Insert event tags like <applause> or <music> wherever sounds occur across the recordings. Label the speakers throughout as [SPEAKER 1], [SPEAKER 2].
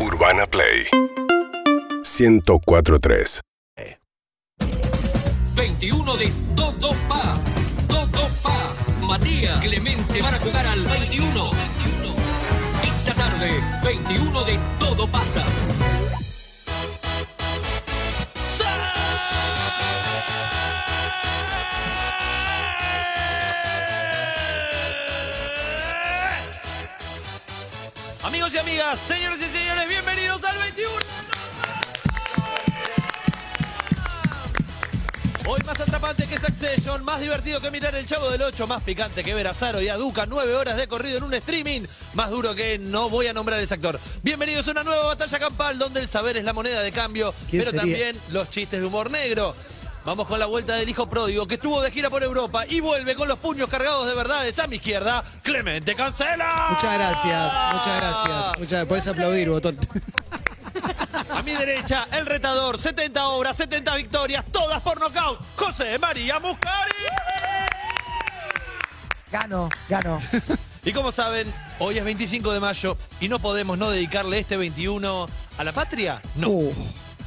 [SPEAKER 1] Urbana Play 1043
[SPEAKER 2] 21 de 2-2 pa. 2-2 pa. Matías Clemente van a jugar al 21. Esta tarde, 21 de todo pasa.
[SPEAKER 3] Amigos y amigas, señores y señores, bienvenidos al 21. Hoy más atrapante que Succession, más divertido que mirar el Chavo del 8, más picante que ver a Saro y a Duca, nueve horas de corrido en un streaming, más duro que no voy a nombrar ese actor. Bienvenidos a una nueva batalla campal donde el saber es la moneda de cambio,
[SPEAKER 4] ¿Quién
[SPEAKER 3] pero
[SPEAKER 4] sería?
[SPEAKER 3] también los chistes de humor negro. Vamos con la vuelta del hijo pródigo que estuvo de gira por Europa y vuelve con los puños cargados de verdades a mi izquierda, Clemente Cancela.
[SPEAKER 4] Muchas gracias, muchas gracias. Muchas, podés aplaudir, botón.
[SPEAKER 3] A mi derecha, el retador, 70 obras, 70 victorias, todas por nocaut. José María Muscari.
[SPEAKER 5] Gano, gano.
[SPEAKER 3] Y como saben, hoy es 25 de mayo y no podemos no dedicarle este 21 a la patria. No.
[SPEAKER 4] Oh.
[SPEAKER 5] Uh,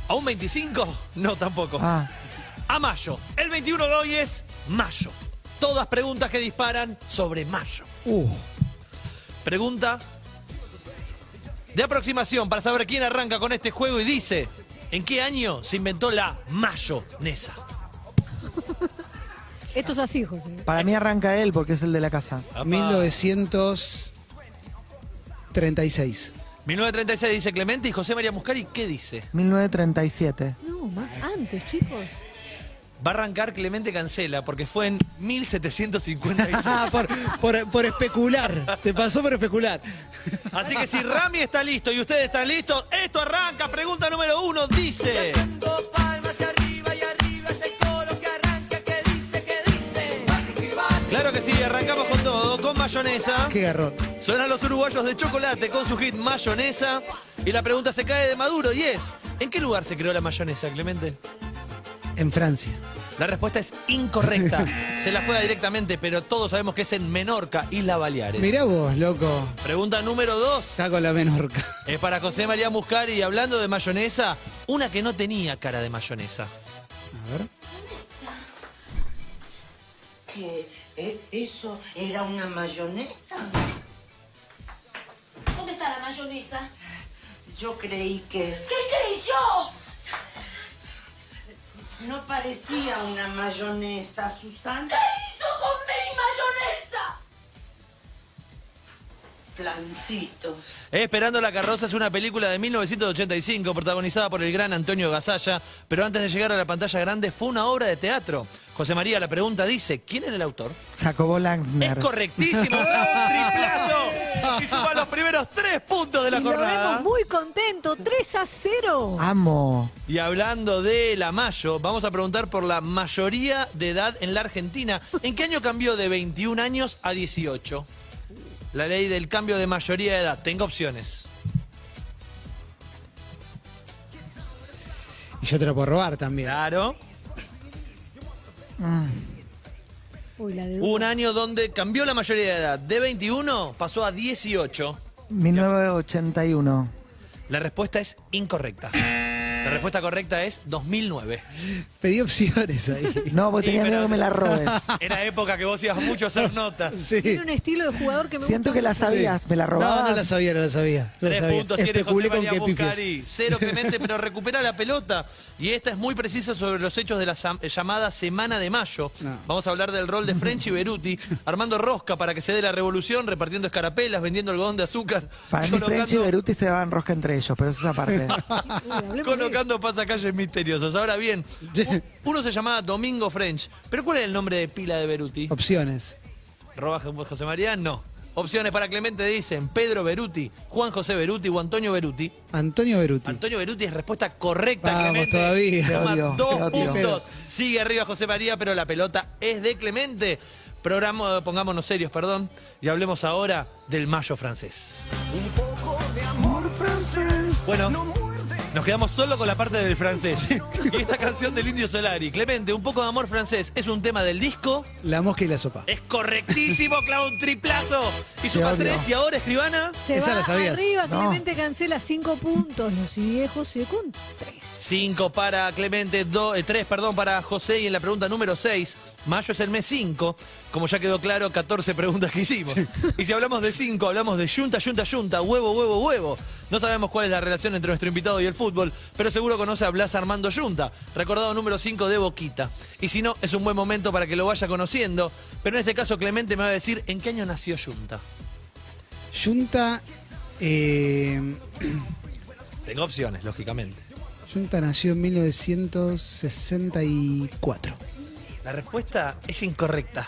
[SPEAKER 3] ¿A un 25? No, tampoco.
[SPEAKER 5] ah,
[SPEAKER 3] A mayo. El 21 de hoy es mayo. Todas preguntas que disparan sobre mayo.
[SPEAKER 5] uh.
[SPEAKER 3] Pregunta de aproximación para saber quién arranca con este juego y dice, ¿en qué año se inventó la mayonesa?
[SPEAKER 6] Esto es así, José.
[SPEAKER 5] Para mí arranca él porque es el de la casa.
[SPEAKER 3] Apa.
[SPEAKER 4] 1936.
[SPEAKER 3] 1936 dice Clemente y José María Muscari, ¿qué dice?
[SPEAKER 5] 1937.
[SPEAKER 6] No, más antes, chicos.
[SPEAKER 3] Va a arrancar Clemente Cancela porque fue en 1756.
[SPEAKER 4] Ah, <laughs> por, por- por especular. Te pasó por especular.
[SPEAKER 3] Así que si Rami está listo y ustedes están listos, esto arranca. Pregunta número uno dice... Claro que sí, arrancamos con todo, con mayonesa.
[SPEAKER 4] Qué garrón.
[SPEAKER 3] Suenan los uruguayos de chocolate con su hit mayonesa. Y la pregunta se cae de Maduro y es, ¿en qué lugar se creó la mayonesa, Clemente?
[SPEAKER 4] En Francia.
[SPEAKER 3] La respuesta es incorrecta. Se la juega directamente, pero todos sabemos que es en Menorca, Isla Baleares.
[SPEAKER 4] Mirá vos, loco.
[SPEAKER 3] Pregunta número dos
[SPEAKER 4] Saco la menorca.
[SPEAKER 3] es para José María Muscari. Y Hablando de mayonesa, una que no tenía cara de mayonesa.
[SPEAKER 4] A ver.
[SPEAKER 7] que eh, eso era una mayonesa.
[SPEAKER 8] ¿Dónde está la mayonesa?
[SPEAKER 7] Yo creí que
[SPEAKER 8] ¿Qué creí yo?
[SPEAKER 7] no parecía una mayonesa, Susana.
[SPEAKER 8] ¿Qué hizo con mi mayonesa?
[SPEAKER 7] Flancitos.
[SPEAKER 3] Esperando la carroza es una película de 1985 protagonizada por el gran Antonio Gasalla, pero antes de llegar a la pantalla grande fue una obra de teatro. José María, la pregunta dice, ¿quién era el autor?
[SPEAKER 5] Jacobo Langsner.
[SPEAKER 3] Es
[SPEAKER 6] <laughs>
[SPEAKER 3] correctísimo, triplazo. Y suma los primeros tres puntos de la
[SPEAKER 6] y lo
[SPEAKER 3] jornada.
[SPEAKER 6] vemos muy contento. 3 a 0.
[SPEAKER 5] Ah. Amo.
[SPEAKER 3] Y hablando de la Mayo, vamos a preguntar por la mayoría de edad en la Argentina. ¿En qué año cambió de 21 años a 18? La ley del cambio de mayoría de edad. Tengo opciones.
[SPEAKER 4] Y yo te lo puedo robar también.
[SPEAKER 3] Claro.
[SPEAKER 6] Uy, la de
[SPEAKER 3] Hubo un año donde cambió la mayoría de edad. De 21 pasó a 18.
[SPEAKER 5] 1981.
[SPEAKER 3] La respuesta es incorrecta. La respuesta correcta es 2009.
[SPEAKER 4] Pedí opciones ahí. <laughs>
[SPEAKER 5] No, vos
[SPEAKER 3] Sí,
[SPEAKER 5] tenías
[SPEAKER 3] pero-
[SPEAKER 5] miedo que me la robes.
[SPEAKER 3] <laughs> Era época que vos ibas mucho a hacer notas.
[SPEAKER 4] Sí.
[SPEAKER 6] Tiene un estilo de jugador que me
[SPEAKER 5] Siento
[SPEAKER 6] gusta
[SPEAKER 5] que la
[SPEAKER 6] mucho.
[SPEAKER 5] sabías, me la robabas.
[SPEAKER 4] No, no la sabía, no la sabía. No la
[SPEAKER 3] Tres
[SPEAKER 4] sabía.
[SPEAKER 3] puntos
[SPEAKER 5] Este
[SPEAKER 3] tiene José
[SPEAKER 4] Especulé
[SPEAKER 3] María
[SPEAKER 4] con qué pifias.
[SPEAKER 3] Buscari. Cero Clemente, pero recupera la pelota. Y esta es muy precisa sobre los hechos de la sam- eh, llamada Semana de Mayo.
[SPEAKER 4] No.
[SPEAKER 3] Vamos a hablar del rol de French y
[SPEAKER 5] <laughs>
[SPEAKER 3] Beruti, armando rosca para que se dé la revolución, repartiendo escarapelas, vendiendo algodón de azúcar,
[SPEAKER 5] Para mí, French y
[SPEAKER 3] colocando-
[SPEAKER 5] Beruti se daban rosca entre ellos, pero eso es aparte.
[SPEAKER 6] Uy, hablemos de
[SPEAKER 3] Colocando pasacalles misteriosos. Ahora bien, u- uno se llamaba Domingo French, pero ¿cuál es el nombre de pila de Beruti?
[SPEAKER 4] Opciones.
[SPEAKER 3] ¿Roba José María? No. Opciones para Clemente dicen Pedro Beruti, Juan José Beruti o Antonio Beruti.
[SPEAKER 4] Antonio Beruti.
[SPEAKER 3] Antonio Beruti es respuesta correcta,
[SPEAKER 4] Vamos,
[SPEAKER 3] Clemente.
[SPEAKER 4] todavía. Te
[SPEAKER 3] Toma
[SPEAKER 5] odio,
[SPEAKER 3] dos
[SPEAKER 5] te odio.
[SPEAKER 3] puntos. Sigue arriba José María, pero la pelota es de Clemente. Programa, eh, pongámonos serios, perdón, y hablemos ahora del mayo francés.
[SPEAKER 9] Un poco de amor francés.
[SPEAKER 3] Bueno.
[SPEAKER 9] No muerde
[SPEAKER 3] Nos quedamos solo con la parte del francés.
[SPEAKER 9] <laughs>
[SPEAKER 3] Y esta canción del Indio Solari. Clemente, un poco de amor francés. Es un tema del disco.
[SPEAKER 4] La mosca y la sopa.
[SPEAKER 3] Es correctísimo, <laughs> clava un triplazo. Y
[SPEAKER 5] Te
[SPEAKER 3] suma
[SPEAKER 5] odio.
[SPEAKER 3] tres. Y ahora, escribana.
[SPEAKER 6] Se
[SPEAKER 4] Esa
[SPEAKER 6] va
[SPEAKER 4] la sabías.
[SPEAKER 6] arriba,
[SPEAKER 5] No.
[SPEAKER 6] Clemente cancela cinco puntos. Los sigue José con tres.
[SPEAKER 3] Cinco para Clemente, do- eh, tres perdón, para José. Y en la pregunta número seis, mayo es el mes cinco. Como ya quedó claro, 14 preguntas que hicimos. Y si hablamos de cinco, hablamos de yunta, yunta, yunta, huevo, huevo, huevo. No sabemos cuál es la relación entre nuestro invitado y el fútbol, pero seguro conoce a Blas Armando Yunta, recordado número cinco de Boquita. Y si no, es un buen momento para que lo vaya conociendo. Pero en este caso, Clemente me va a decir en qué año nació Yunta.
[SPEAKER 4] Junta. eh,
[SPEAKER 3] Tengo opciones, lógicamente.
[SPEAKER 4] Junta nació en 1964.
[SPEAKER 3] La respuesta es incorrecta.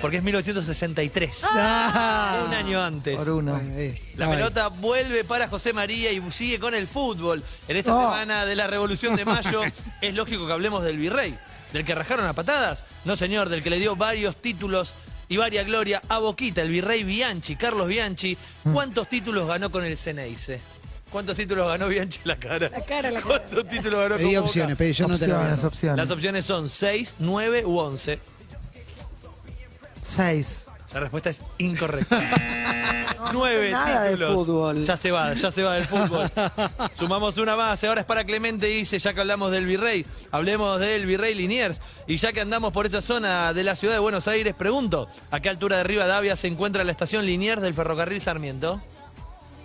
[SPEAKER 3] Porque es 1963.
[SPEAKER 4] Ah,
[SPEAKER 3] Un año antes.
[SPEAKER 5] Por uno.
[SPEAKER 4] bueno, eh,
[SPEAKER 3] La
[SPEAKER 4] estaba ahí.
[SPEAKER 3] pelota vuelve para José María y sigue con el fútbol. En esta
[SPEAKER 5] Oh.
[SPEAKER 3] semana de la Revolución de Mayo es lógico que hablemos del virrey, del que rajaron a patadas. No, señor, del que le dio varios títulos y varia gloria a Boquita, el virrey Bianchi, Carlos Bianchi. ¿Cuántos títulos ganó con el Ceneice? ¿Cuántos títulos ganó Bianchi la cara?
[SPEAKER 6] La cara, la cara.
[SPEAKER 3] ¿Cuántos títulos ganó con
[SPEAKER 4] Pedí
[SPEAKER 3] Boca?
[SPEAKER 4] opciones, pedí yo no te la
[SPEAKER 5] Opciones,
[SPEAKER 4] voy a-
[SPEAKER 5] opciones.
[SPEAKER 3] Las opciones son 6, 9 u 11.
[SPEAKER 5] Seis.
[SPEAKER 3] La respuesta es incorrecta. Nueve
[SPEAKER 5] nada de
[SPEAKER 3] títulos.
[SPEAKER 5] fútbol.
[SPEAKER 3] Ya se va, ya se va del
[SPEAKER 5] <laughs>
[SPEAKER 3] fútbol. Sumamos una más. Ahora es para Clemente dice, ya que hablamos del virrey, hablemos del virrey Liniers. Y ya que andamos por esa zona de la ciudad de Buenos Aires, pregunto, ¿a qué altura de Rivadavia se encuentra la estación Liniers del ferrocarril Sarmiento?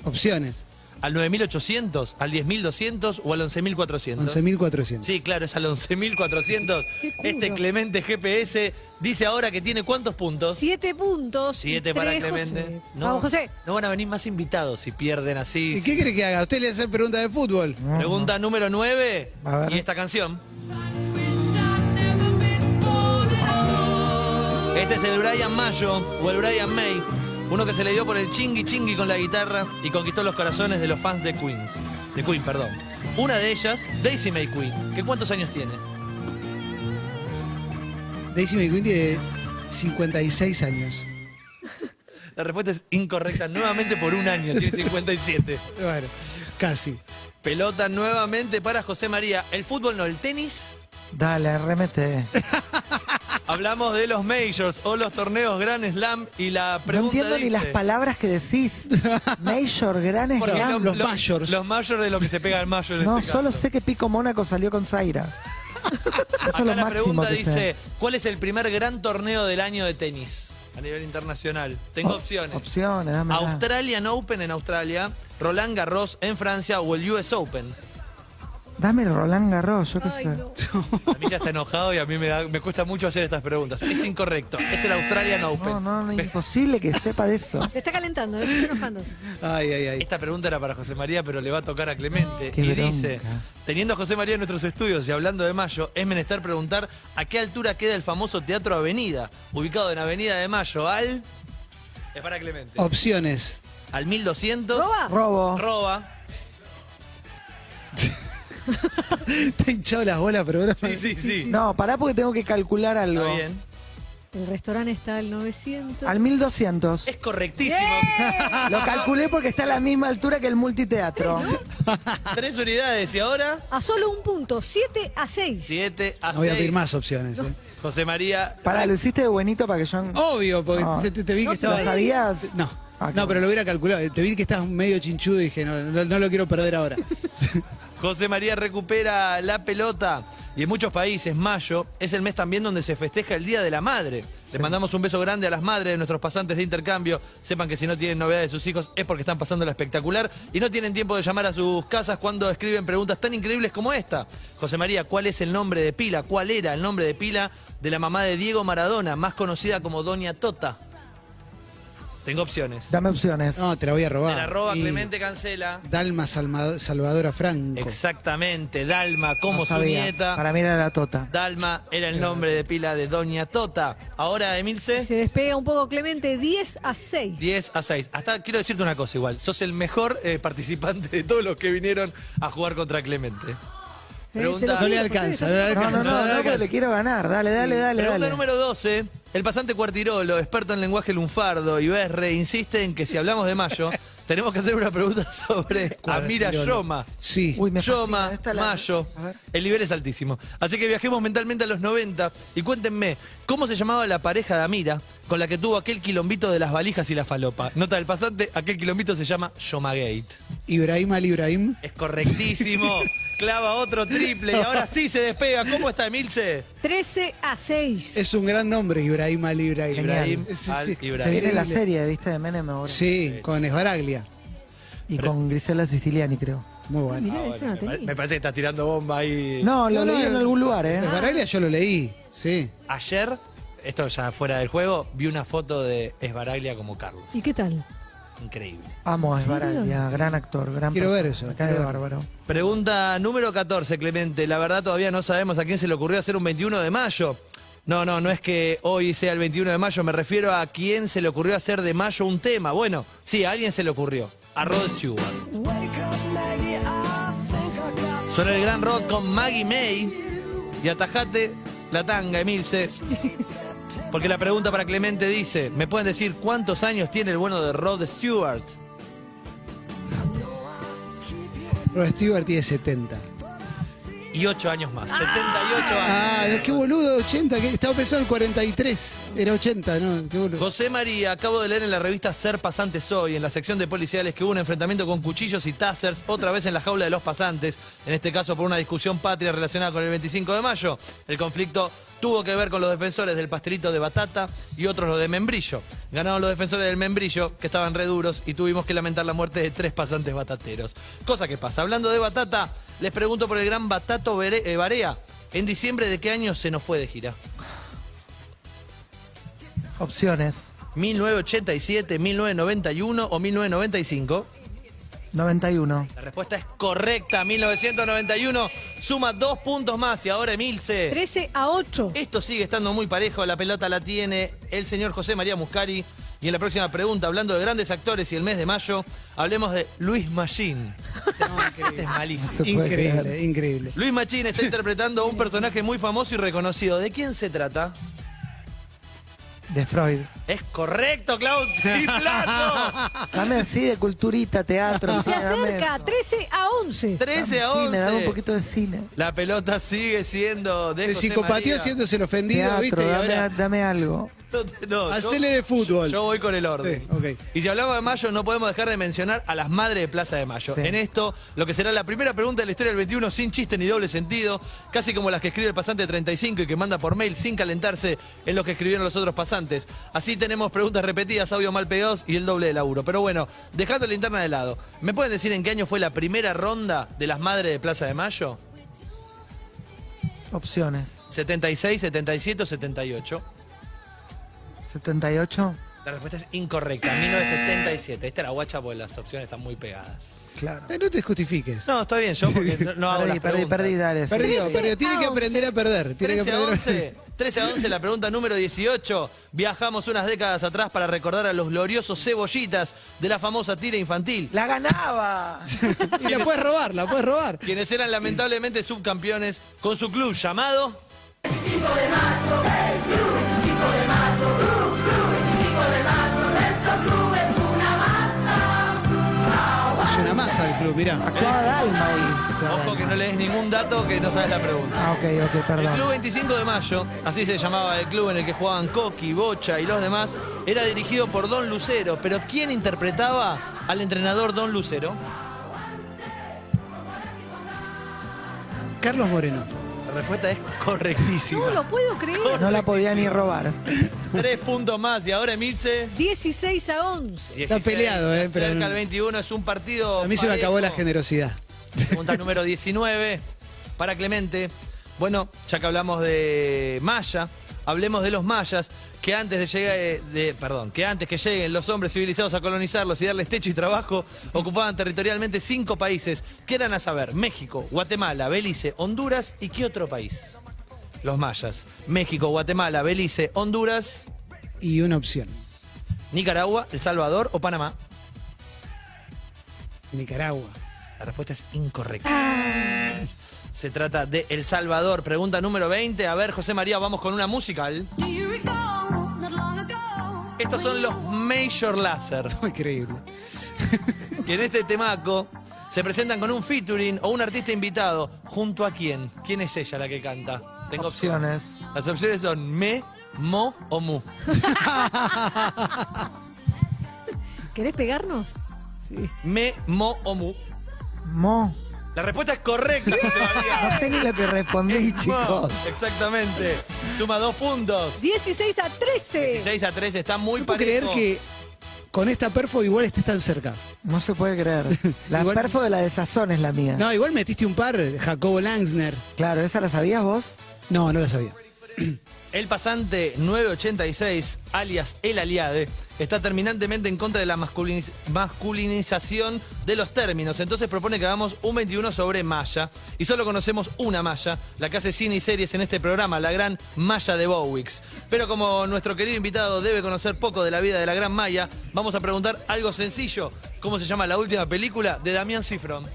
[SPEAKER 4] Opciones:
[SPEAKER 3] ¿Al 9800, al 10200 o al 11400?
[SPEAKER 4] 11.400.
[SPEAKER 3] Sí, claro, es al 11400.
[SPEAKER 6] Qué culo.
[SPEAKER 3] Este Clemente GPS dice ahora que tiene cuántos puntos?
[SPEAKER 6] Siete puntos. y
[SPEAKER 3] Siete para
[SPEAKER 6] tres,
[SPEAKER 3] Clemente.
[SPEAKER 6] José. Vamos, José.
[SPEAKER 3] No van a venir más invitados si pierden así.
[SPEAKER 4] ¿Y qué quiere que haga? Usted le hace pregunta de fútbol.
[SPEAKER 3] Pregunta número 9.
[SPEAKER 5] A ver.
[SPEAKER 3] Y esta canción. Este es el Brian Mayo o el Brian May. Uno que se le dio por el chingui chingui con la guitarra y conquistó los corazones de los fans de Queens. De Queen, perdón. Una de ellas, Daisy May Queen, que cuántos años tiene.
[SPEAKER 4] Daisy McQueen tiene 56 años.
[SPEAKER 3] La respuesta es incorrecta nuevamente por un año, tiene 57.
[SPEAKER 4] Bueno, casi.
[SPEAKER 3] Pelota nuevamente para José María. El fútbol no, el tenis.
[SPEAKER 5] Dale, remete.
[SPEAKER 3] Hablamos de los majors o los torneos Grand Slam y la
[SPEAKER 5] No
[SPEAKER 3] pregunta
[SPEAKER 5] entiendo ni
[SPEAKER 3] dice,
[SPEAKER 5] las palabras que decís. Major, gran
[SPEAKER 3] Porque
[SPEAKER 5] slam.
[SPEAKER 3] lo-
[SPEAKER 4] los
[SPEAKER 3] lo-
[SPEAKER 4] majors.
[SPEAKER 3] Los majors de lo que se pega el mayor en
[SPEAKER 5] No,
[SPEAKER 3] este
[SPEAKER 5] solo
[SPEAKER 3] caso.
[SPEAKER 5] sé que Pico Mónaco salió con Zaira. Eso
[SPEAKER 3] Acá
[SPEAKER 5] es lo
[SPEAKER 3] la
[SPEAKER 5] máximo
[SPEAKER 3] pregunta
[SPEAKER 5] que
[SPEAKER 3] dice,
[SPEAKER 5] sé.
[SPEAKER 3] ¿cuál es el primer gran torneo del año de tenis a nivel internacional? Tengo opciones.
[SPEAKER 5] Opciones, dame.
[SPEAKER 3] Australian Open en Australia, Roland Garros en Francia o el US Open.
[SPEAKER 5] Dame el Roland Garros, yo qué
[SPEAKER 6] Ay,
[SPEAKER 5] sé.
[SPEAKER 6] no.
[SPEAKER 3] A mí ya está enojado y a mí me, da- me cuesta mucho hacer estas preguntas. Es incorrecto. Es el Australian Open.
[SPEAKER 5] No, no, no, imposible que sepa de eso.
[SPEAKER 6] Te está calentando, te está enojando.
[SPEAKER 4] Ay, ay, ay.
[SPEAKER 3] Esta pregunta era para José María, pero le va a tocar a Clemente.
[SPEAKER 5] Qué
[SPEAKER 3] Y
[SPEAKER 5] bronca.
[SPEAKER 3] dice, teniendo a José María en nuestros estudios y hablando de Mayo, es menester preguntar a qué altura queda el famoso Teatro Avenida, ubicado en Avenida de Mayo, al... Es para Clemente.
[SPEAKER 4] Oh. Opciones. <laughs>
[SPEAKER 3] Al 1200...
[SPEAKER 6] ¿Roba?
[SPEAKER 5] Robo.
[SPEAKER 3] Roba.
[SPEAKER 4] Está hinchado las bolas, pero ahora.
[SPEAKER 3] Sí, sí, sí.
[SPEAKER 5] No, pará porque tengo que calcular algo.
[SPEAKER 3] Está bien.
[SPEAKER 6] El restaurante está al 900.
[SPEAKER 3] <laughs>
[SPEAKER 5] Al 1200.
[SPEAKER 3] Es correctísimo.
[SPEAKER 5] Lo calculé porque está a la misma altura que el multiteatro.
[SPEAKER 3] Tres unidades y ahora...
[SPEAKER 6] A solo un punto, 7 a 6.
[SPEAKER 3] Siete a
[SPEAKER 4] No voy a pedir
[SPEAKER 3] seis.
[SPEAKER 4] más opciones. eh.
[SPEAKER 3] José María...
[SPEAKER 5] Pará, lo hiciste de buenito para que yo.
[SPEAKER 3] Oh.
[SPEAKER 4] Obvio, porque
[SPEAKER 5] Ah.
[SPEAKER 4] te, te- te vi que
[SPEAKER 6] No,
[SPEAKER 5] ¿Lo
[SPEAKER 4] estabas.
[SPEAKER 5] sabías?
[SPEAKER 4] No,
[SPEAKER 5] Ah, qué
[SPEAKER 4] no, pero lo hubiera calculado. Te vi que estabas medio chinchudo y dije, no, no, no lo quiero perder
[SPEAKER 5] <laughs>
[SPEAKER 4] ahora.
[SPEAKER 3] José María recupera la pelota. Y en muchos países, mayo es el mes también donde se festeja el Día de la Madre. Le mandamos un beso grande a las madres de nuestros pasantes de intercambio. Sepan que si no tienen novedades de sus hijos es porque están pasando la espectacular y no tienen tiempo de llamar a sus casas cuando escriben preguntas tan increíbles como esta. José María, ¿cuál es el nombre de pila? ¿Cuál era el nombre de pila de la mamá de Diego Maradona, más conocida como Doña Tota? Tengo opciones.
[SPEAKER 5] Dame opciones.
[SPEAKER 4] No, te la voy a robar.
[SPEAKER 3] El arroba
[SPEAKER 4] Y
[SPEAKER 3] Clemente Cancela.
[SPEAKER 4] Dalma Salma- Salvadora Franco.
[SPEAKER 3] Exactamente, Dalma, como
[SPEAKER 5] No
[SPEAKER 3] su
[SPEAKER 5] sabía.
[SPEAKER 3] nieta.
[SPEAKER 5] Para mí era la tota.
[SPEAKER 3] Dalma era el nombre de pila de Doña Tota. Ahora,
[SPEAKER 6] Se
[SPEAKER 3] Emilce,
[SPEAKER 6] despega un poco Clemente, 10 a 6.
[SPEAKER 3] 10 a 6. Hasta quiero decirte una cosa igual. Sos el mejor eh, participante de todos los que vinieron a jugar contra
[SPEAKER 5] Eh,
[SPEAKER 3] Clemente. Pregunta-
[SPEAKER 4] No le alcanza, no le
[SPEAKER 5] No, no, no,
[SPEAKER 4] alcanza.
[SPEAKER 5] no,
[SPEAKER 4] no le
[SPEAKER 5] porque le
[SPEAKER 4] alcanza.
[SPEAKER 5] quiero ganar. Dale, dale, dale.
[SPEAKER 3] Pregunta
[SPEAKER 5] dale.
[SPEAKER 3] número 12. El pasante cuartirolo, experto en lenguaje lunfardo y berre, insiste en que si hablamos de mayo, <laughs> Tenemos que hacer una pregunta sobre Amira
[SPEAKER 4] Cuadrón.
[SPEAKER 3] Yoma.
[SPEAKER 4] Sí.
[SPEAKER 5] Uy, me
[SPEAKER 3] Yoma,
[SPEAKER 5] fascina, esta la-
[SPEAKER 3] Mayo.
[SPEAKER 5] A ver.
[SPEAKER 3] El nivel es altísimo. Así que viajemos mentalmente a los 90 y cuéntenme, ¿cómo se llamaba la pareja de Amira con la que tuvo aquel quilombito de las valijas y la falopa? Nota del pasante, aquel quilombito se llama Yomagate.
[SPEAKER 4] Ibrahim al Ibrahim.
[SPEAKER 3] Es <laughs> correctísimo. Clava otro triple y ahora sí se despega. ¿Cómo está Emilce?
[SPEAKER 6] 13 a 6.
[SPEAKER 4] Es un gran nombre, Ibrahim al Ibrahim.
[SPEAKER 3] Ibrahim
[SPEAKER 4] Sí, sí.
[SPEAKER 3] al
[SPEAKER 5] Se
[SPEAKER 3] Ibrahim.
[SPEAKER 5] viene la
[SPEAKER 4] Increíble.
[SPEAKER 5] serie, ¿viste? De Menem ahora.
[SPEAKER 4] Sí, con Esbaraglia.
[SPEAKER 5] Y con Grisela Siciliani, creo.
[SPEAKER 4] Muy bueno.
[SPEAKER 6] Mirá, esa no
[SPEAKER 3] Ah, Me pare-
[SPEAKER 6] tenía.
[SPEAKER 3] me parece que estás tirando bomba ahí.
[SPEAKER 5] No, lo
[SPEAKER 4] No, no,
[SPEAKER 5] leí en
[SPEAKER 4] no.
[SPEAKER 5] algún lugar, ¿eh?
[SPEAKER 4] Esbaraglia yo lo leí, sí.
[SPEAKER 3] Ayer, esto ya fuera del juego, vi una foto de Esbaraglia como Carlos.
[SPEAKER 6] ¿Y qué tal?
[SPEAKER 3] Increíble.
[SPEAKER 5] Amo a
[SPEAKER 6] ¿En serio?
[SPEAKER 5] Esbaraglia, gran actor, gran
[SPEAKER 4] Quiero ver
[SPEAKER 5] persona.
[SPEAKER 4] eso,
[SPEAKER 5] Acá de
[SPEAKER 4] quiero ver.
[SPEAKER 5] bárbaro.
[SPEAKER 3] Pregunta número 14, Clemente. La verdad todavía no sabemos a quién se le ocurrió hacer un 21 de mayo. No, no, no es que hoy sea el 21 de mayo, me refiero a quién se le ocurrió hacer de mayo un tema. Bueno, sí, a alguien se le ocurrió. A Rod Stewart. Son el gran Rod con Maggie May. Y atajate la tanga, Emilce. Porque la pregunta para Clemente dice, ¿me pueden decir cuántos años tiene el bueno de Rod Stewart?
[SPEAKER 4] Rod Stewart tiene 70.
[SPEAKER 3] Y 8 años más. 78 años.
[SPEAKER 4] Ah, qué boludo, 80. que- Estaba pensando en 43. Era 80, ¿no? Qué boludo.
[SPEAKER 3] José María, acabo de leer en la revista Ser Pasantes Hoy, en la sección de policiales, que hubo un enfrentamiento con cuchillos y tasers, otra vez en la jaula de los pasantes, en este caso por una discusión patria relacionada con el 25 de mayo. El conflicto tuvo que ver con los defensores del pastelito de batata y otros los de membrillo. Ganaron los defensores del membrillo, que estaban re duros, y tuvimos que lamentar la muerte de tres pasantes batateros. Cosa que pasa. Hablando de batata, les pregunto por el gran Batato Bere- eh, Barea. ¿En diciembre de qué año se nos fue de gira?
[SPEAKER 5] Opciones.
[SPEAKER 3] 1987, 1991 o 1995?
[SPEAKER 5] 91.
[SPEAKER 3] La respuesta es correcta, 1991. Suma dos puntos más y ahora Emilce.
[SPEAKER 6] 13 a 8.
[SPEAKER 3] Esto sigue estando muy parejo, la pelota la tiene el señor José María Muscari. Y en la próxima pregunta, hablando de grandes actores y el mes de mayo, hablemos de Luis Machín. Este es malísimo.
[SPEAKER 5] puede
[SPEAKER 4] Increíble,
[SPEAKER 5] creer.
[SPEAKER 4] increíble.
[SPEAKER 3] Luis Machín está interpretando a un personaje muy famoso y reconocido. ¿De quién se trata?
[SPEAKER 5] De Freud.
[SPEAKER 3] Es correcto, Claudio. ¡Triplazo!
[SPEAKER 5] <laughs> Dame así de culturita, teatro.
[SPEAKER 6] Y se
[SPEAKER 5] cine, dame-
[SPEAKER 6] acerca 13 a 11.
[SPEAKER 3] 13 a
[SPEAKER 5] Dame
[SPEAKER 3] 11.
[SPEAKER 5] cine, dame un poquito de cine.
[SPEAKER 3] La pelota sigue siendo de,
[SPEAKER 4] De
[SPEAKER 3] José
[SPEAKER 4] psicopatía
[SPEAKER 3] María.
[SPEAKER 4] siéndose el ofendido, ¿viste?
[SPEAKER 5] Teatro,
[SPEAKER 4] Y
[SPEAKER 5] dame,
[SPEAKER 4] ahora-
[SPEAKER 5] dame algo.
[SPEAKER 3] No, te- no, yo-
[SPEAKER 4] Hacele de fútbol.
[SPEAKER 3] Yo voy con el orden.
[SPEAKER 4] Sí, ok.
[SPEAKER 3] Y si hablamos de mayo, no podemos dejar de mencionar a las madres de Plaza de Mayo.
[SPEAKER 5] Sí.
[SPEAKER 3] En esto, lo que será la primera pregunta de la historia del 21 sin chiste ni doble sentido, casi como las que escribe el pasante 35 y que manda por mail sin calentarse en lo que escribieron los otros pasantes. Así tenemos preguntas repetidas, audio mal pegados y el doble de laburo. Pero bueno, dejando la interna de lado, ¿me pueden decir en qué año fue la primera ronda de las madres de Plaza de Mayo?
[SPEAKER 5] Opciones.
[SPEAKER 3] 76, 77 o 78.
[SPEAKER 5] 78.
[SPEAKER 3] La respuesta es incorrecta, 1977. Esta era guacha porque las opciones están muy pegadas.
[SPEAKER 5] Claro.
[SPEAKER 4] Eh, No te justifiques.
[SPEAKER 3] No, está bien, yo porque no, no hago
[SPEAKER 5] perdí,
[SPEAKER 3] las
[SPEAKER 5] perdí,
[SPEAKER 3] preguntas.
[SPEAKER 5] perdí, dale. sí.
[SPEAKER 4] Perdido, pero tiene que aprender a perder. Tiene que
[SPEAKER 3] 13 a
[SPEAKER 4] aprender
[SPEAKER 3] 11,
[SPEAKER 4] a perder.
[SPEAKER 5] <laughs>
[SPEAKER 3] 13 a 11, la pregunta número 18. Viajamos unas décadas atrás para recordar a los gloriosos cebollitas de la famosa tira infantil.
[SPEAKER 5] ¡La ganaba!
[SPEAKER 4] <laughs> Y la puedes robar, la puedes robar.
[SPEAKER 3] Quienes eran lamentablemente subcampeones con su club llamado.
[SPEAKER 8] 25 de mayo, hey, club, 25 de mayo, club, club, 25 de mayo, nuestro club es una masa.
[SPEAKER 4] Es una masa el club, mirá.
[SPEAKER 5] Actuaba Dalma ahí.
[SPEAKER 3] Ojo que no lees ningún dato que no sabes la pregunta.
[SPEAKER 5] Ah, ok, ok,
[SPEAKER 3] El Club
[SPEAKER 5] perdón.
[SPEAKER 3] 25 de Mayo, así se llamaba el club en el que jugaban Coqui, Bocha y los demás, era dirigido por Don Lucero. Pero ¿quién interpretaba al entrenador Don Lucero?
[SPEAKER 4] Carlos Moreno.
[SPEAKER 3] La respuesta es
[SPEAKER 6] No
[SPEAKER 3] correctísima.
[SPEAKER 6] lo puedo creer.
[SPEAKER 5] No la podía ni robar.
[SPEAKER 3] Tres puntos más y ahora Emilce.
[SPEAKER 6] 16 a 11.
[SPEAKER 3] 16,
[SPEAKER 4] peleado, eh,
[SPEAKER 3] se
[SPEAKER 4] pero
[SPEAKER 3] acerca
[SPEAKER 4] no-
[SPEAKER 3] al 21, es un partido.
[SPEAKER 4] A mí se me
[SPEAKER 3] parejo.
[SPEAKER 4] acabó la generosidad.
[SPEAKER 3] Pregunta número 19 para Clemente. Bueno, ya que hablamos de Maya, hablemos de los mayas, que antes de llegar, eh, de, perdón, que antes que lleguen los hombres civilizados a colonizarlos y darles techo y trabajo, ocupaban territorialmente cinco países, que eran a saber México, Guatemala, Belice, Honduras y qué otro país. Los mayas. México, Guatemala, Belice, Honduras,
[SPEAKER 4] Y una opción.
[SPEAKER 3] Nicaragua, El Salvador o Panamá.
[SPEAKER 4] Nicaragua.
[SPEAKER 3] La respuesta es incorrecta. Se trata de El Salvador. Pregunta número 20. A ver, José María, vamos con una musical. Estos son los Major Lazer.
[SPEAKER 4] Increíble.
[SPEAKER 3] que en este temaco se presentan con un featuring o un artista invitado. ¿Junto a quién? ¿Quién es ella la que canta? Tengo
[SPEAKER 5] Opciones.
[SPEAKER 3] Las opciones son me, mo o mu.
[SPEAKER 6] ¿Querés pegarnos?
[SPEAKER 3] Me, mo o mu.
[SPEAKER 5] Mo.
[SPEAKER 3] La respuesta es correcta, José
[SPEAKER 4] <laughs>
[SPEAKER 3] María.
[SPEAKER 5] No sé ni lo que respondí,
[SPEAKER 3] Mo,
[SPEAKER 5] chicos.
[SPEAKER 3] exactamente. Suma dos puntos.
[SPEAKER 6] 16 a 13.
[SPEAKER 3] 6 a 3 está muy
[SPEAKER 4] No puedo creer
[SPEAKER 3] parejo.
[SPEAKER 4] que con esta perfo igual estés tan cerca.
[SPEAKER 5] No se puede creer. La
[SPEAKER 4] Igual-
[SPEAKER 5] perfo de la desazón es la mía.
[SPEAKER 4] No, igual metiste un par, Jacobo Langsner.
[SPEAKER 5] Claro, ¿esa la sabías vos?
[SPEAKER 4] No, no la sabía.
[SPEAKER 3] El pasante 986, alias El Aliade, está terminantemente en contra de la masculiniz- masculinización de los términos. Entonces propone que hagamos un 21 sobre Maya. Y solo conocemos una Maya, la que hace cine y series en este programa, la gran Maya de Bowix. Pero como nuestro querido invitado debe conocer poco de la vida de la gran Maya, vamos a preguntar algo sencillo. ¿Cómo se llama la última película de Damián Cifrón?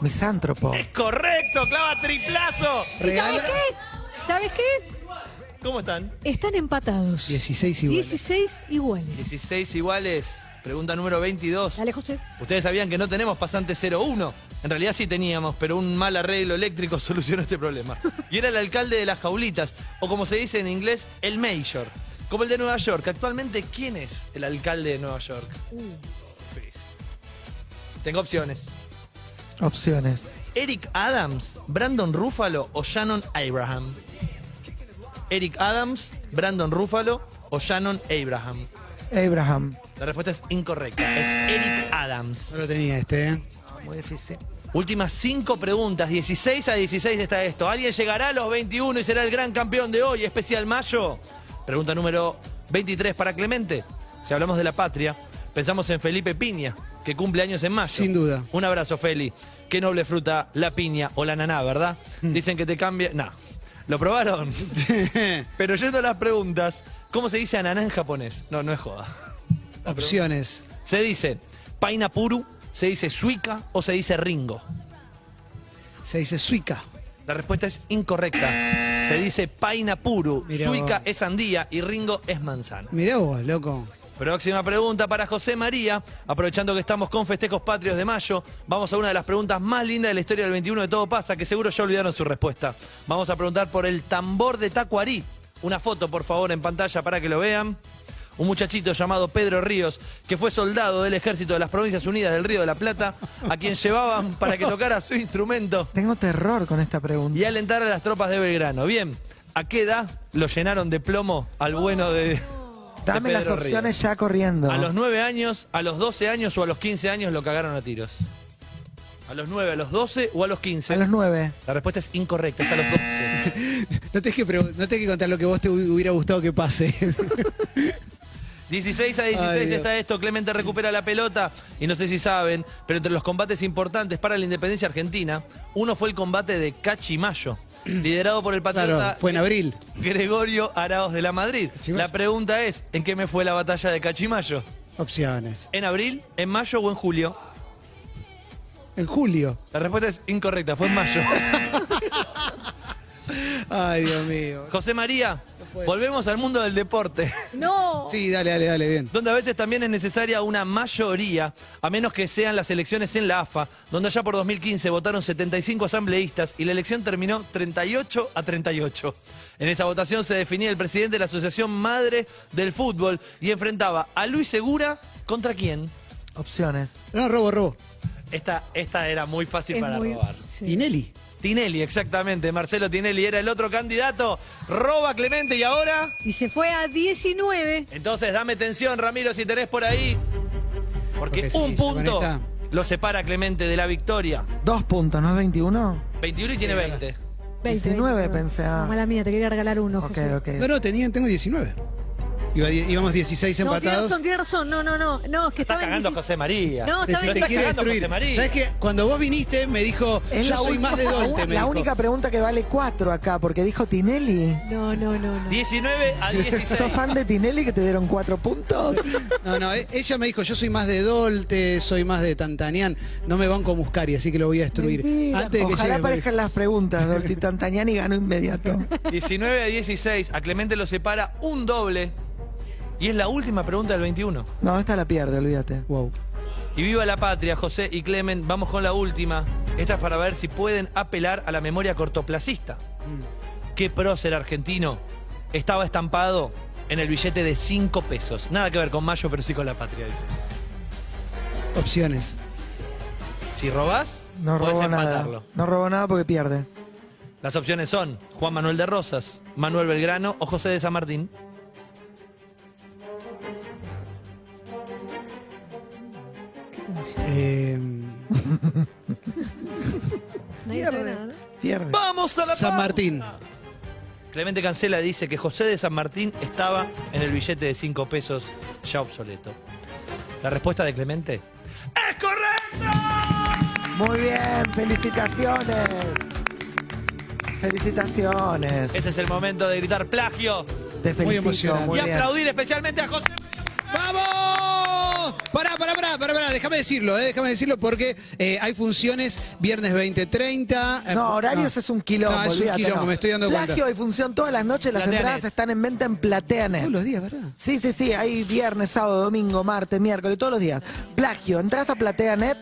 [SPEAKER 5] Misántropo.
[SPEAKER 3] ¡Es correcto! ¡Clava triplazo!
[SPEAKER 6] ¿Y sabes
[SPEAKER 4] Regala-
[SPEAKER 6] qué? ¿Sabes qué?
[SPEAKER 3] ¿Cómo están?
[SPEAKER 6] Están empatados.
[SPEAKER 4] 16 igual.
[SPEAKER 6] 16 iguales.
[SPEAKER 3] 16 iguales. Pregunta número 22.
[SPEAKER 6] Dale, José.
[SPEAKER 3] Ustedes sabían que no tenemos pasante 01. En realidad sí teníamos, pero un mal arreglo eléctrico <laughs> solucionó este problema. Y era el alcalde de las jaulitas, o como se dice en inglés, el mayor. Como el de Nueva York. Actualmente, ¿quién es el alcalde de Nueva York? Tengo opciones.
[SPEAKER 5] Opciones.
[SPEAKER 3] Eric Adams, Brandon Ruffalo o Shannon Abraham. Eric Adams, Brandon Ruffalo o Shannon Abraham.
[SPEAKER 5] Abraham.
[SPEAKER 3] La respuesta es incorrecta. Es Eric Adams.
[SPEAKER 4] No lo tenía este, ¿eh?
[SPEAKER 5] Muy difícil.
[SPEAKER 3] Últimas cinco preguntas, 16 a 16 está esto. ¿Alguien llegará a los 21 y será el gran campeón de hoy, especial mayo? Pregunta número 23 para Clemente. Si hablamos de la patria, pensamos en Felipe Piña, que cumple años en mayo.
[SPEAKER 4] Sin duda.
[SPEAKER 3] Un abrazo, Feli. Qué noble fruta la piña o la naná, ¿verdad?
[SPEAKER 4] Mm.
[SPEAKER 3] Dicen que te cambia... Nah, lo
[SPEAKER 4] <laughs>
[SPEAKER 3] probaron.
[SPEAKER 4] ¿eh?
[SPEAKER 3] <laughs> Pero yendo a las preguntas, ¿cómo se dice ananá en japonés? No, no es joda.
[SPEAKER 4] Opciones.
[SPEAKER 3] Se dice painapuru, se dice suica o se dice ringo.
[SPEAKER 4] Se dice suica.
[SPEAKER 3] La respuesta es incorrecta. Se dice paina puru,
[SPEAKER 4] Mirá
[SPEAKER 3] suica
[SPEAKER 4] vos.
[SPEAKER 3] es sandía y ringo es manzana.
[SPEAKER 4] Mirá vos, loco.
[SPEAKER 3] Próxima pregunta para José María. Aprovechando que estamos con festejos patrios de mayo, vamos a una de las preguntas más lindas de la historia del 21 de Todo Pasa, que seguro ya olvidaron su respuesta. Vamos a preguntar por el tambor de Tacuarí. Una foto, por favor, en pantalla para que lo vean. Un muchachito llamado Pedro Ríos, que fue soldado del ejército de las Provincias Unidas del Río de la Plata, a quien llevaban para que tocara su instrumento
[SPEAKER 5] Tengo terror con esta pregunta.
[SPEAKER 3] y alentar a las tropas de Belgrano. Bien, ¿a qué edad lo llenaron de plomo al bueno de...
[SPEAKER 5] Dame
[SPEAKER 3] de
[SPEAKER 5] las
[SPEAKER 3] Pedro
[SPEAKER 5] opciones
[SPEAKER 3] Ríos?
[SPEAKER 5] ya corriendo.
[SPEAKER 3] A los 9 años, a los 12 años o a los 15 años lo cagaron a tiros. A los 9, a los 12 o a los 15.
[SPEAKER 5] A los nueve.
[SPEAKER 3] La respuesta es incorrecta, es a los
[SPEAKER 4] <laughs>
[SPEAKER 3] 12.
[SPEAKER 4] No tenés, que pregun- no tenés que contar lo que vos te hu- hubiera gustado que pase. <laughs>
[SPEAKER 3] 16 a
[SPEAKER 4] Ay,
[SPEAKER 3] 16
[SPEAKER 4] Dios.
[SPEAKER 3] está esto, Clemente recupera la pelota y no sé si saben, pero entre los combates importantes para la independencia argentina, uno fue el combate de
[SPEAKER 4] <clears throat>
[SPEAKER 3] Cachimayo, liderado por el patriota
[SPEAKER 4] claro, fue en abril.
[SPEAKER 3] Gregorio Araos de la Madrid.
[SPEAKER 4] Cachimayo.
[SPEAKER 3] La pregunta es, ¿en qué me fue la batalla de Cachimayo?
[SPEAKER 4] Opciones.
[SPEAKER 3] ¿En abril, en mayo o en julio?
[SPEAKER 4] En julio.
[SPEAKER 3] La respuesta es incorrecta, fue en mayo. <laughs>
[SPEAKER 4] Ay, Dios mío.
[SPEAKER 3] José María,
[SPEAKER 4] puede
[SPEAKER 3] volvemos al mundo del deporte, <laughs>
[SPEAKER 6] No.
[SPEAKER 4] Sí, dale, dale, dale, bien.
[SPEAKER 3] donde a veces también es necesaria una mayoría, a menos que sean las elecciones en la AFA, donde allá por 2015 votaron 75 asambleístas y la elección terminó 38 a 38. En esa votación se definía el presidente de la Asociación Madre del Fútbol y enfrentaba a Luis Segura contra quién.
[SPEAKER 5] Opciones.
[SPEAKER 4] No, robo, robo.
[SPEAKER 3] Esta, esta era muy fácil
[SPEAKER 6] Es
[SPEAKER 3] para
[SPEAKER 6] muy-
[SPEAKER 3] robar.
[SPEAKER 6] sí.
[SPEAKER 4] Y Nelly.
[SPEAKER 3] Tinelli, exactamente. Marcelo Tinelli era el otro candidato. Roba Clemente y ahora.
[SPEAKER 6] Y se fue a 19.
[SPEAKER 3] Entonces dame tensión, Ramiro, si tenés por ahí. Porque
[SPEAKER 4] Porque sí,
[SPEAKER 3] un
[SPEAKER 4] ya
[SPEAKER 3] punto
[SPEAKER 4] con esta.
[SPEAKER 3] lo separa Clemente de la victoria.
[SPEAKER 5] Dos puntos, ¿no es 21?
[SPEAKER 3] 21 y tiene 20.
[SPEAKER 6] 20,
[SPEAKER 5] 19 pensé, ah.
[SPEAKER 6] No, Mala mía, te quería regalar uno,
[SPEAKER 5] Ok,
[SPEAKER 6] José.
[SPEAKER 5] ok.
[SPEAKER 4] No, no, tenía, tengo 19. Iba die- íbamos 16
[SPEAKER 6] No, tiene
[SPEAKER 4] empatados.
[SPEAKER 6] razón, tiene razón. No, no, no. No, es que
[SPEAKER 3] Está
[SPEAKER 6] estaba en
[SPEAKER 3] cagando
[SPEAKER 6] 16.
[SPEAKER 3] José María.
[SPEAKER 6] No, estaba
[SPEAKER 4] Decís, te
[SPEAKER 6] en
[SPEAKER 3] Está
[SPEAKER 6] 16.
[SPEAKER 4] quiere
[SPEAKER 3] cagando
[SPEAKER 4] destruir.
[SPEAKER 3] José María.
[SPEAKER 4] ¿Sabes qué? Cuando vos viniste, me dijo,
[SPEAKER 5] Es
[SPEAKER 4] yo
[SPEAKER 5] la,
[SPEAKER 4] soy
[SPEAKER 5] única-
[SPEAKER 4] más de Dolte.
[SPEAKER 5] la
[SPEAKER 4] me dijo.
[SPEAKER 5] única pregunta que vale cuatro acá, porque dijo Tinelli.
[SPEAKER 6] No, no, no, no.
[SPEAKER 3] 19
[SPEAKER 4] <laughs>
[SPEAKER 3] a 16.
[SPEAKER 5] ¿Sos fan de Tinelli que te dieron cuatro puntos?
[SPEAKER 4] No, no, e- ella me dijo, yo soy más de Dolte, soy más de Tantanián, no me banco Muscari, así que lo voy a destruir.
[SPEAKER 6] Mentira.
[SPEAKER 4] Antes de que
[SPEAKER 5] Ojalá
[SPEAKER 4] llegue,
[SPEAKER 5] aparezcan las preguntas, Dolti Tantañani ganó inmediato.
[SPEAKER 3] 19 a 16. A Clemente lo separa un doble. Y es la última pregunta del 21.
[SPEAKER 5] No, esta la pierde, olvídate.
[SPEAKER 4] Wow.
[SPEAKER 3] Y viva la patria, José y Clemen. Vamos con la última. Esta es para ver si pueden apelar a la memoria cortoplacista.
[SPEAKER 5] Mm.
[SPEAKER 3] ¿Qué prócer argentino estaba estampado en el billete de 5 pesos? Nada que ver con Mayo, pero sí con la patria, dice.
[SPEAKER 4] Opciones.
[SPEAKER 3] Si robás,
[SPEAKER 5] No
[SPEAKER 3] podés
[SPEAKER 5] robó nada.
[SPEAKER 3] empatarlo.
[SPEAKER 5] No robó nada porque pierde.
[SPEAKER 3] Las opciones son Juan Manuel de Rosas, Manuel Belgrano o José de San Martín.
[SPEAKER 4] Eh,
[SPEAKER 6] Nadie sabe
[SPEAKER 5] Pierde.
[SPEAKER 6] nada, ¿no?
[SPEAKER 5] Pierde.
[SPEAKER 3] ¡Vamos a la
[SPEAKER 4] San
[SPEAKER 3] pausa!
[SPEAKER 4] Martín.
[SPEAKER 3] Clemente Cancela dice que José de San Martín estaba en el billete de 5 pesos ya obsoleto. La respuesta de Clemente es correcta.
[SPEAKER 5] Muy bien, felicitaciones. Felicitaciones.
[SPEAKER 3] Ese Este es el momento de gritar plagio
[SPEAKER 5] Te felicito.
[SPEAKER 4] Muy emocionado,
[SPEAKER 5] muy
[SPEAKER 3] y
[SPEAKER 5] bien.
[SPEAKER 3] aplaudir especialmente a José.
[SPEAKER 4] ¡Vamos! Pará, pará, pará, pará, pará. Déjame decirlo, eh, déjame decirlo porque eh, hay funciones viernes 20.30. eh,
[SPEAKER 5] No, horarios es un quilombo.
[SPEAKER 4] No, es un
[SPEAKER 5] olvídate,
[SPEAKER 4] quilombo,
[SPEAKER 5] no.
[SPEAKER 4] me estoy dando cuenta.
[SPEAKER 5] Plagio y función todas las noches. Las
[SPEAKER 3] Plateanet.
[SPEAKER 5] entradas están en venta en Plateanet.
[SPEAKER 4] Todos los días, ¿verdad?
[SPEAKER 5] Sí, sí, sí, hay viernes, sábado, domingo, martes, miércoles, todos los días. Plagio, entras a Plateanet,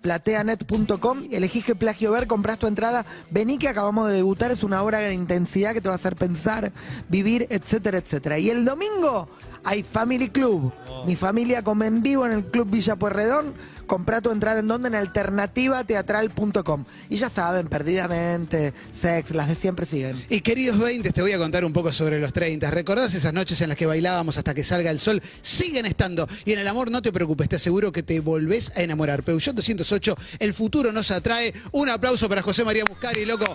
[SPEAKER 5] plateanet.com, elegís qué plagio ver, compras tu entrada, vení que acabamos de debutar, es una obra de intensidad que te va a hacer pensar, vivir, etcétera, etcétera. Y el domingo hay Family Club, mi familia come en vivo en el Club Villa Puerredón, comprá tu entrada en donde en alternativateatral.com. Y ya saben, perdidamente, sex, las de siempre siguen.
[SPEAKER 4] Y queridos 20, te voy a contar un poco sobre los 30. ¿Recordás esas noches en las que bailábamos hasta que salga el sol? Siguen estando. Y en el amor no te preocupes, te aseguro que te volvés a enamorar. Peugeot 208, el futuro nos atrae. Un aplauso para José María Muscari, loco.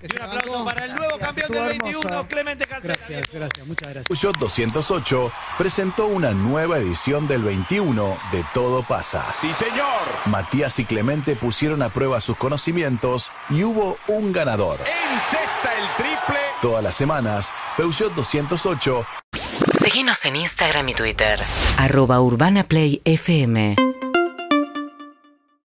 [SPEAKER 4] Que
[SPEAKER 3] Y
[SPEAKER 4] se
[SPEAKER 3] un
[SPEAKER 4] la
[SPEAKER 3] aplauso
[SPEAKER 4] bancó.
[SPEAKER 3] para el nuevo
[SPEAKER 5] Gracias,
[SPEAKER 3] campeón del
[SPEAKER 5] estuvo
[SPEAKER 3] 21,
[SPEAKER 5] hermosa.
[SPEAKER 3] Clemente Cancela.
[SPEAKER 4] Gracias, gracias, muchas gracias.
[SPEAKER 1] Peugeot 208 presentó una nueva edición del 21 de Todo pasa.
[SPEAKER 9] Sí, señor.
[SPEAKER 1] Matías y Clemente pusieron a prueba sus conocimientos y hubo un ganador.
[SPEAKER 9] Encesta el triple.
[SPEAKER 1] Todas las semanas, Peugeot 208
[SPEAKER 10] Seguinos en Instagram y Twitter. Arroba Urbana Play FM.